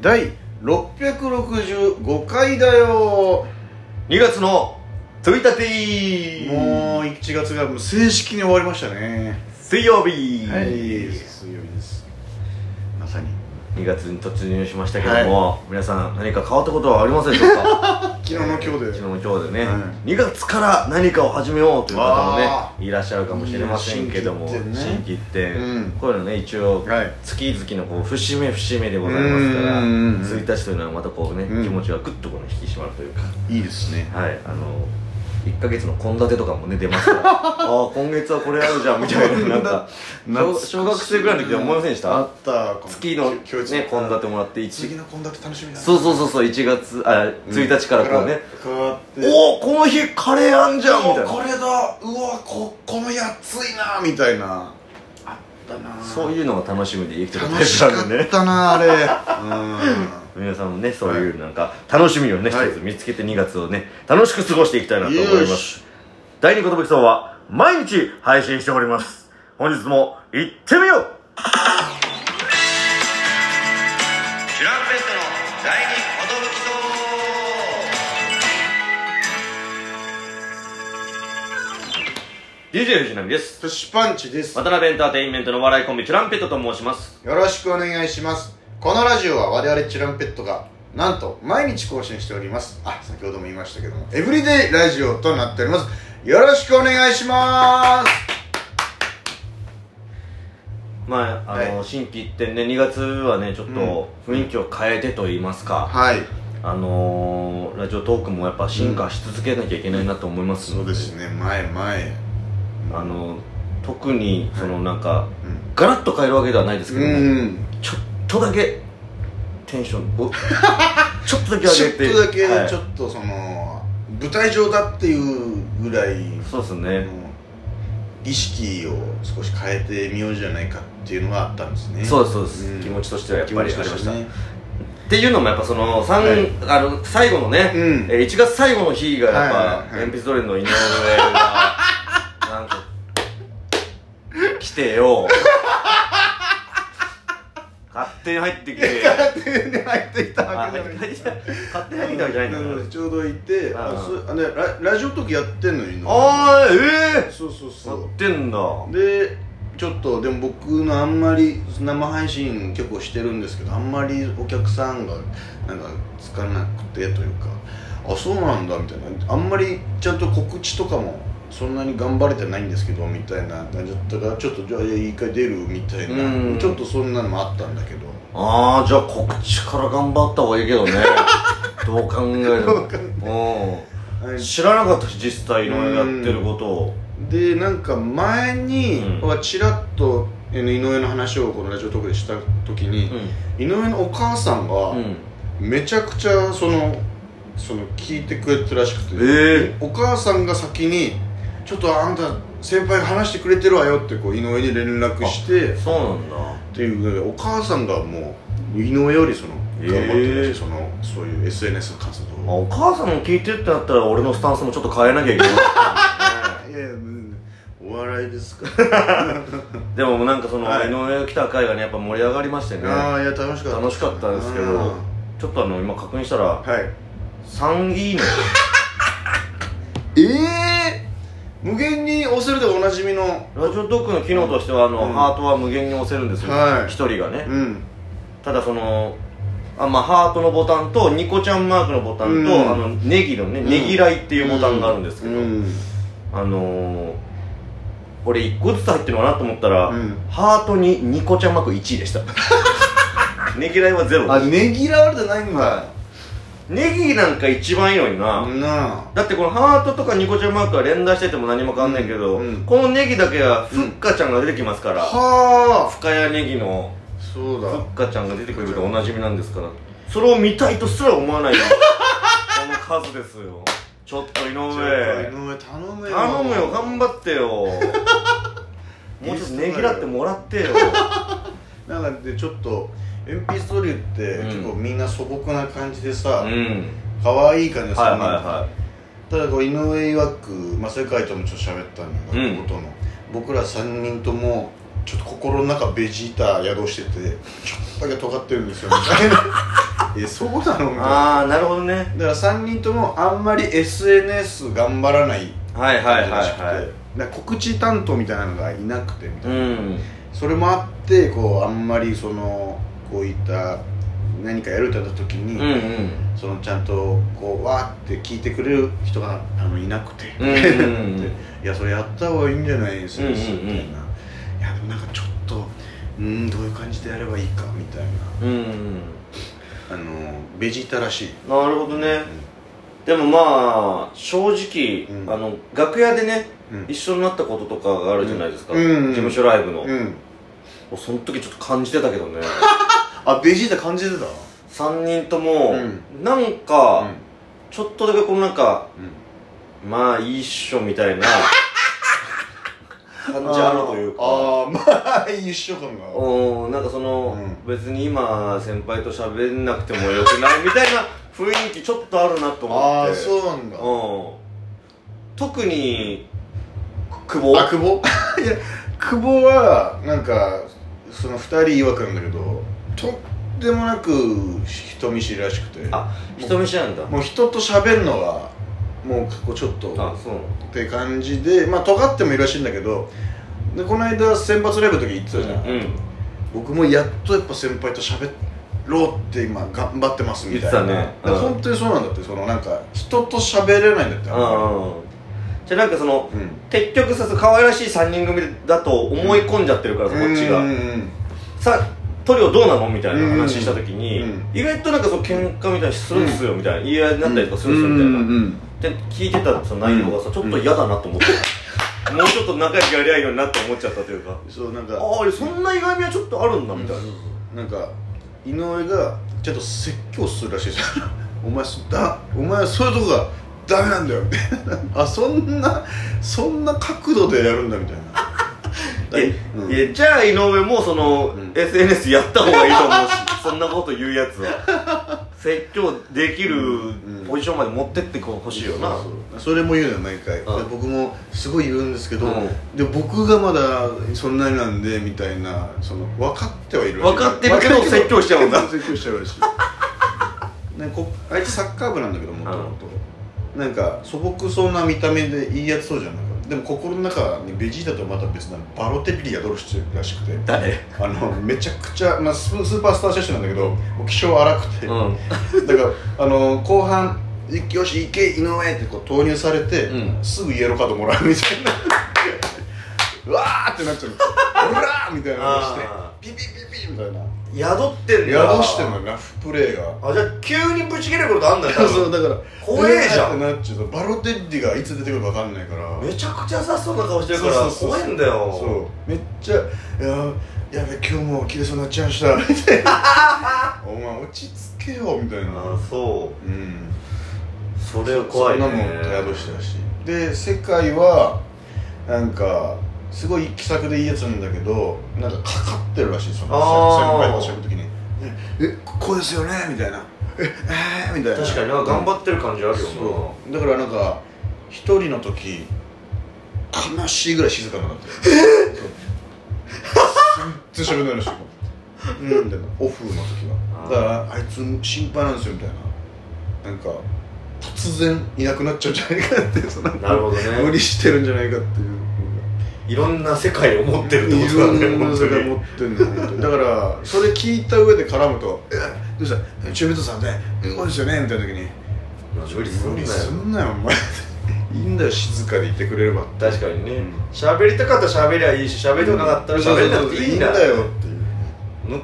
第665回だよ2月の1日もう1月がもう正式に終わりましたね水曜日、水曜日ですまさに2月に突入しましたけども、皆さん何か変わったことはありますでしょうか昨日の 今日で、昨日の今日でね、は2月から何かを始めようという方もあねいらっしゃるかもしれませんけどもいや新規一点ね新規って、うんこういうのね一応、はい月々のこう節目節目でございますからうんうんうん1日というのはまたこうね、うん気持ちがグッとこう、ね、引き締まるというかいいですねはいあの1か月の献立とかもね出ます からああ今月はこれあるじゃんみたいな なんか懐かしい小学生ぐらいの時は思いませんでしたあった月のね今献日立もらって次1の献立楽しみだなそうそうそうそう1月あ1日からこうね、変わっておおこの日カレーあんじゃんみたいおこなれだうわここのやついなみたいなあったなそういうのが楽しみで生きてるタ楽イしプなかんでっねたなあれう皆さんもねそういうなんか楽しみをね一はいつ見つけて2月をね楽しく過ごしていきたいなとん思います第二言武器さんは毎日配信しております。本日も行ってみようチュランペットの第二言武器 DJ 藤波です。プッシュパンチです渡辺エンターテインメントのお笑いコンビチュランペットと申します。よろしくお願いしますこのラジオは我々チュランペットがなんと毎日更新しておりますあ先ほども言いましたけどもエブリデイラジオとなっておりますよろしくお願いしますまあ、あの、はい新規一点ね、2月はね、ちょっと雰囲気を変えてと言いますか、はいあのー、ラジオトークもやっぱ進化し続けなきゃいけないなと思いますそうですね前前あの特にそのなんかうんガラッと変えるわけではないですけども、うんちょっとだけテンショ ンをちょっとだけちょ上っげてとだけはいちょっとその舞台上だっていうぐらいそうですあねの意識を少し変えてみようじゃないかっていうのがあったんですねそうですそうです、うん気持ちとしてはやっぱりありました、ねっていうのもやっぱその三、はいあの最後のね、うんえー1月最後の日がやっぱ、はいはいはい鉛筆ドレンの井上がなんか来てよ勝手に入ってきて手に入ってきたわあけじ入ゃなっていきた勝手に入ってきたわけじゃないんだからちょうどいてあうんそうあでララジオ時やってんのにああええそうそうそー、やうってんだでちょっとでも僕のあんまり生配信結構してるんですけどあんまりお客さんがなんかつかなくてというかあそうなんだみたいなあんまりちゃんと告知とかもそんなに頑張れてないんですけどみたいな感じだったからちょっとじゃあ一回出るみたいうんなちょっとそんなのもあったんだけどああじゃあ告知から頑張った方がいい けどねどう考えどう考てもはうんい知らなかったし実際のやってることをでなんか前に、うんはちらっとあの井上の話をこのラジオトークでした時に、井上のお母さんうん、うがん、めちゃくちゃそのその聞いてくれてたらしくて、えお母さんが先に「ちょっとあんた先輩が話してくれてるわよ」ってこう井上に連絡してそうなんだっていうのでお母さんがもう井上よりその頑張ってるらしいえーそのそういう SNS 活あ動をお母さんも聞いてってなったら俺のスタンスもちょっと変えなき ゃいけないいやいやお笑いですかでもなんかその、はい井上が来た回がねやっぱ盛り上がりましてねああいや楽しかった楽しかったんですけうんどちょっとあの今確認したらはい3位のええ無限に押せるでおなじみのラジオトークの機能としてはあの、うんハートは無限に押せるんですよ、はい一人がね、うんただそのあまあハートのボタンとニコちゃんマークのボタンと、うんあのネギのね、うんネギライっていうボタンがあるんですけど、うんあのー、俺1個ずつ入ってるのかなと思ったら、うんハートにニコちゃんマーク1位でした ネギライはゼロあですねぎらわれてないんだネギなんか一番いいのにな、なあだってこのハートとかニコちゃんマークは連打してても何も変わんないけど、うんうんこのネギだけはふっかちゃんが出てきますから、はあ深谷ネギのそうふっだかちゃんが出てくるとおなじみなんですからそれを見たいとすら思わないよこの数ですよちょっと井ちょっと上井上頼むよ頼むよ頑張ってよ もうちょっとねぎらってもらってよなんかでちょっと鉛筆トリュってうん結構みんな素朴な感じでさうん可愛い感じですはいよはいねはただこう井上曰く、まあ、世界ともちょっと喋ったんだけど、うんことの僕ら3人とも ちょっと心の中ベジータ宿しててちょっとだけ尖ってるんですよみたいないやそうなのみたいなああなるほどねだから3人ともあんまり SNS 頑張らないはいはいはいらしくてはだから告知担当みたいなのがいなくてみたいいな、うんそれもあってこうあんまりそのこういった何かやるってなった時うに、んうんそのちゃんとこうわーって聞いてくれる人があのいなくて、うんうんうん でいやそれやった方がいいんじゃないですか、うんうんみたいうんな、いやでもなんかちょっとうーんどういう感じでやればいいかみたいなうんうんあのベジータらしい、なるほどねでもまあ正直、うんあの楽屋でねうん一緒になったこととかがあるじゃないですか、うんうん事務所ライブの、うもん、うその時ちょっと感じてたけ どねあベジータ感じてた3人とも、うなんうかん、ちょっとだけこのなんかうんまあいいっしょみたいな感じあるというかあーあーまあ一緒感がうんなんかその、うん別に今先輩と喋んなくてもよくないみたいな雰囲気ちょっとあるなと思ってああそうなんだうん特に久保あ久保いや久保はなんかその2人違和感だけどとってもなく人見知りらしくてあ人見知りなんだもう人と喋るのがもうこうちょっとあそうなのって感じでまあ尖ってもいるらしいんだけどでこの間選抜ライブの時言ってたじゃん、うん僕もやっとやっぱ先輩と喋ろうって今頑張ってますみたいな言ってたねだからうん本当にそうなんだってそのなんか人と喋れないんだってあんまうんうんじゃあなんかそのりうん結局さ可愛らしい3人組だと思い込んじゃってるからさこっうちんうがんうんさトリオどうなのみたいな話した時にうん意外となんかその喧嘩みたいにするんですよみたいな言い合いになったりとかするんですよみうんうんたいなうんで聞いてたその内容がさちょっと嫌だなと思ってたもうちょっと仲良くやりゃいいのになって思っちゃったというかそうなんかああそんな意外味はちょっとあるんだみたいななんか井上がちょっと説教するらしいですよお前そだお前はそういうとこがダメなんだよみたいなあそんなそんな角度でやるんだみたいな だえうんえじゃあ井上もその、うん SNS やった方がいいと思うしそんなこと言うやつは 説教できるうんうんポジションまで持ってってほしいよな、そうそうそれも言うのよ毎回でああ僕もすごい言うんですけど、うんで僕がまだそんなになんでみたいなその分かってはいるらしい分かってるけど説教しちゃうんだ説教しちゃうらし いねこあいつサッカー部なんだけどもともとなんか素朴そうな見た目でいいやつそうじゃないかでも心の中にベジータとまた別なバロテッリがドロしてるらしくて誰あのめちゃくちゃ、まあ、スースーパースター写真なんだけどもう気性荒くて、うんだからあの後半「いよし行け井上」ってこう投入されて、うんすぐイエローカードもらうみたいな うわーってなっちゃううらーみたいなのしてあピピピピみたいな宿ってんだ宿してんのよラフプレーがあじゃあ急にぶち切れることあんだよ多分そうだから怖えじゃんうわーってなっちゃうとバロテッディがいつ出てくるか分かんないからめちゃくちゃさそうな顔してるそかうらそうそう怖いんだよそうめっちゃ「いややべ今日もう切れそうになっちゃいました」みたい な「お前落ち着けよ」みたいなあそうんうそれは怖いねそんなもん宿したしで世界はなんかすごい気さくでいいやつなんだけどなんかかかってるらしいそのあ先ー輩と喋る時に「えこうですよね」みたいな「ええーみたいな確かになんか頑張ってる感じあるよなそうだからなんか一人の時悲しいぐらい静かになったえっ全然喋んないらしいうんみたいなオフの時あはーだからあいつ心配なんですよみたいななんか突然いなくなっちゃうんじゃないかってそのなるほどね無理してるんじゃないかっていういろんな世界を持ってるってこいとだねろんな本当世界に持ってんの本当にだからそれ聞いた上で絡むと「えどうした中トさんでこうですよね」みたいな時に無理すん無理なよすんなよお前いいんだよ静かでいてくれればって確かにねうん喋、りたかったら喋りゃいいし喋りたくなかったらそう喋んなくていいんなだよっていうむ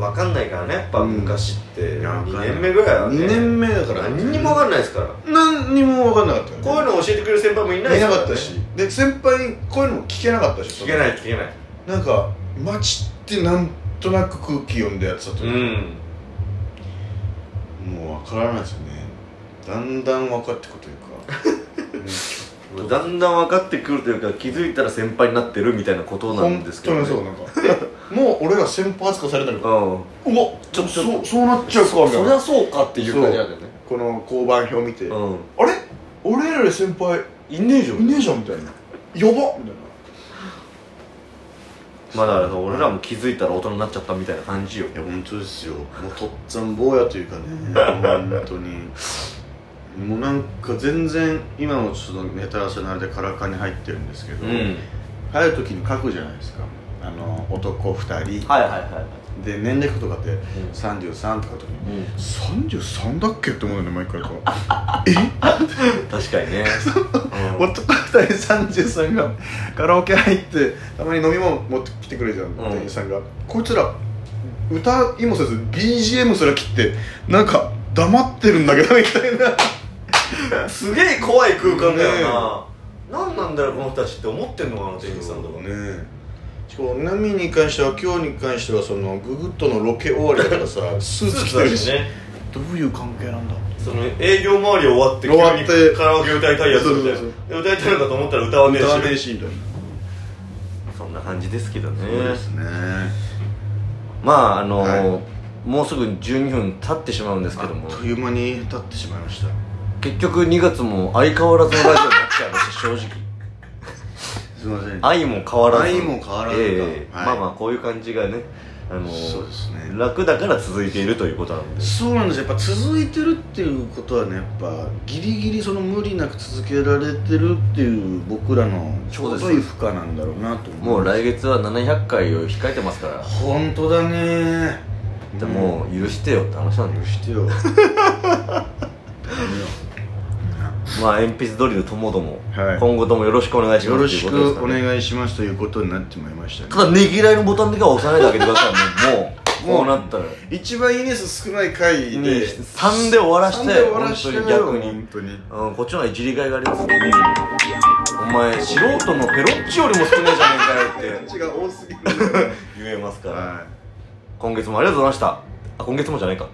分かんないからねやっぱうん昔っていやわかん2ない年目ぐらいはね2年目だから何にも分かんないですから何にも分かんなかったよねこういうの教えてくれる先輩もいないで見すならねかったしで先輩にこういうのも聞けなかったし聞けない聞けないなんか街ってなんとなく空気読んでやってたとういう、んもう分からないですよねだんだん分かってくというかだんだん分かってくるというか気づいたら先輩になってるみたいなことなんですけど、ね、本当にそうなんか もう俺ら先輩扱いされたけどうんうわちょっとそうそうなっちゃうかみたいそりなゃそうかっていう感じなんだよねこの交番表見て、あうれ俺らより先輩んいねえじゃんいねえじゃんみたいなやばみたいなまだあの俺らも気づいたら大人になっちゃったみたいな感じよいや本当ですよもうとっつぁん坊やというかね本当にもうなんか全然今もちょっとネタ合わせのあれでカラカに入ってるんですけど、うん入る時に書くじゃないですかあの男2人、はいはいはいはいで年齢とかってん33とかの時にうん33だっけって思うよね毎回こう確かにね、うん男2人33がカラオケ入ってたまに飲み物持ってきてくれるじゃん、ん店員さんがこいつら歌いもせず BGM すら切ってなんか黙ってるんだけどみたいなすげえ怖い空間だよな、なんなんだろうこの人たちって思ってんのかな店員さんとかねしかも波に関しては今日に関してはそのググッとのロケ終わりだから さスーツ着スーツてだるししねどういう関係なんだその営業周り終わって急終わってにカラオケ歌いたいやつみたいなそうで歌いたいのかと思ったら歌わねえし歌わねえしみたいなそんな感じですけどねそうですねまああのはもうすぐ12分経ってしまうんですけどもあっという間に経ってしまいました結局2月も相変わらずのラジオになっちゃいました正直すいません愛も変わらず愛も変わらずかええはいまあまあこういう感じがねあのそうですね楽だから続いているということなんでそうなんですよやっぱ続いてるっていうことはねやっぱギリギリその無理なく続けられてるっていう僕らのちょうどいい負荷なんだろうなと思もう来月月は700回を控えてますから本当だねでもう許してよって話なん許でしてよ頼まあ鉛筆ドリルともどもはい今後ともよろしくお願いしむよよまろすしというくこおとですかね願いしますということになってまいりましたたねだねぎらいのボタンだけは押さないであげてくださいもうもうこうなったら一番いいね数少ない回で3で終わらして3で終わらして本当に逆に本当にうん、こっちの方がいじりがいがありますねお前素人のペロッチよりも少ないじゃねえかよって違う 多すぎる言えますからはい今月もありがとうございましたあ今月もじゃないか